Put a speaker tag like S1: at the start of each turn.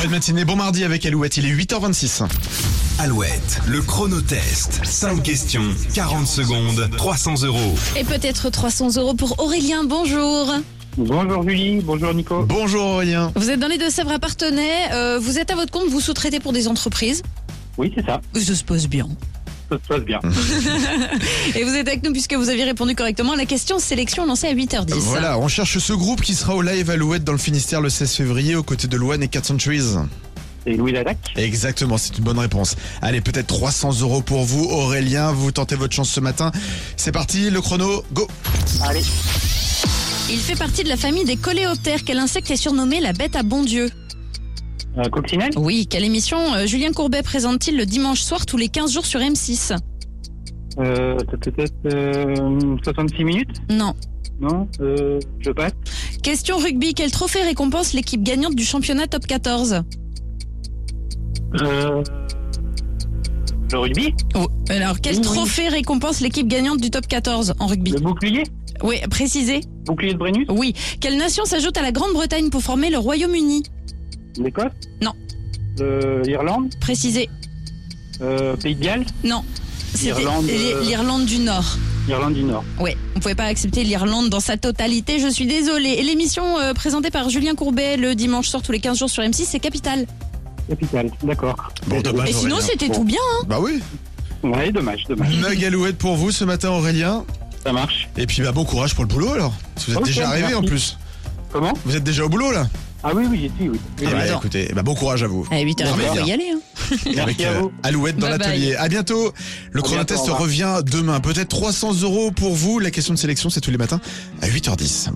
S1: Bonne matinée, bon mardi avec Alouette, il est 8h26.
S2: Alouette, le chronotest. 5 questions, 40 secondes, 300 euros.
S3: Et peut-être 300 euros pour Aurélien, bonjour.
S4: Bonjour Julie, bonjour Nico.
S1: Bonjour Aurélien.
S3: Vous êtes dans les Deux-Sèvres à Partenay, euh, vous êtes à votre compte, vous sous-traitez pour des entreprises.
S4: Oui, c'est ça,
S3: Ça se pose bien.
S4: ça se passe bien.
S3: Et vous êtes avec nous puisque vous avez répondu correctement à la question sélection lancée à 8h10.
S1: Voilà, on cherche ce groupe qui sera au live Alouette dans le Finistère le 16 février aux côtés de Loane et 4 Centuries.
S4: C'est Louis Ladac.
S1: Exactement, c'est une bonne réponse. Allez, peut-être 300 euros pour vous Aurélien, vous tentez votre chance ce matin. C'est parti, le chrono, go
S4: Allez,
S3: Il fait partie de la famille des coléoptères. Quel insecte est surnommé la bête à bon Dieu
S4: euh, Coccinelle,
S3: Oui, quelle émission euh, Julien Courbet présente-t-il le dimanche soir tous les 15 jours sur M6
S4: euh, c'est peut-être euh, 66 minutes,
S3: Non.
S4: non euh, Je passe.
S3: Question rugby, quel trophée récompense l'équipe gagnante du championnat top 14
S4: Euh, le rugby
S3: Oh, Alors, quel
S4: Oui, oui.
S3: trophée récompense l'équipe gagnante du top 14 en rugby
S4: Le bouclier
S3: Oui, précisez.
S4: Bouclier de Brennus
S3: Oui. Quelle nation s'ajoute à la Grande-Bretagne pour former le Royaume-Uni
S4: L'Écosse
S3: Non.
S4: Le- L'Irlande
S3: Précisez.
S4: euh, Pays de Galles
S3: Non. C'était
S4: L'Irlande,
S3: l'I-
S4: euh,
S3: L'Irlande du Nord.
S4: L'Irlande du Nord.
S3: Ouais, on pouvait pas accepter l'Irlande dans sa totalité, je suis désolée. Et l'émission euh, présentée par Julien Courbet le dimanche soir tous les 15 jours sur M6, c'est Capital.
S4: Capitale, d'accord.
S1: Bon, dommage.
S3: Et sinon,
S1: Aurélien.
S3: c'était tout bien. hein.
S1: Bah oui,
S4: Ouais, dommage, dommage.
S1: mug Alouette pour vous ce matin Aurélien.
S4: Ça marche.
S1: Et puis bah bon courage pour le boulot alors. Parce que Vous êtes
S4: Ok,
S1: déjà arrivé en
S4: merci.
S1: plus.
S4: Comment
S1: Vous êtes déjà au boulot là
S4: Ah oui, oui, j'y suis, oui.
S1: Eh bah,
S3: attends.
S1: écoutez, eh bah, bon courage à vous.
S3: À 8h,
S1: Bon,
S3: il
S1: bien.
S3: faut y aller. hein.
S1: Et avec
S4: Merci à
S1: euh,
S4: vous.
S1: Alouette dans
S3: Bye bye.
S1: l'atelier. À bientôt. Le
S4: À bientôt,
S1: chronotest
S4: au revoir.
S1: revient demain. Peut-être 300 euros pour vous. La question de sélection, c'est tous les matins à 8h10.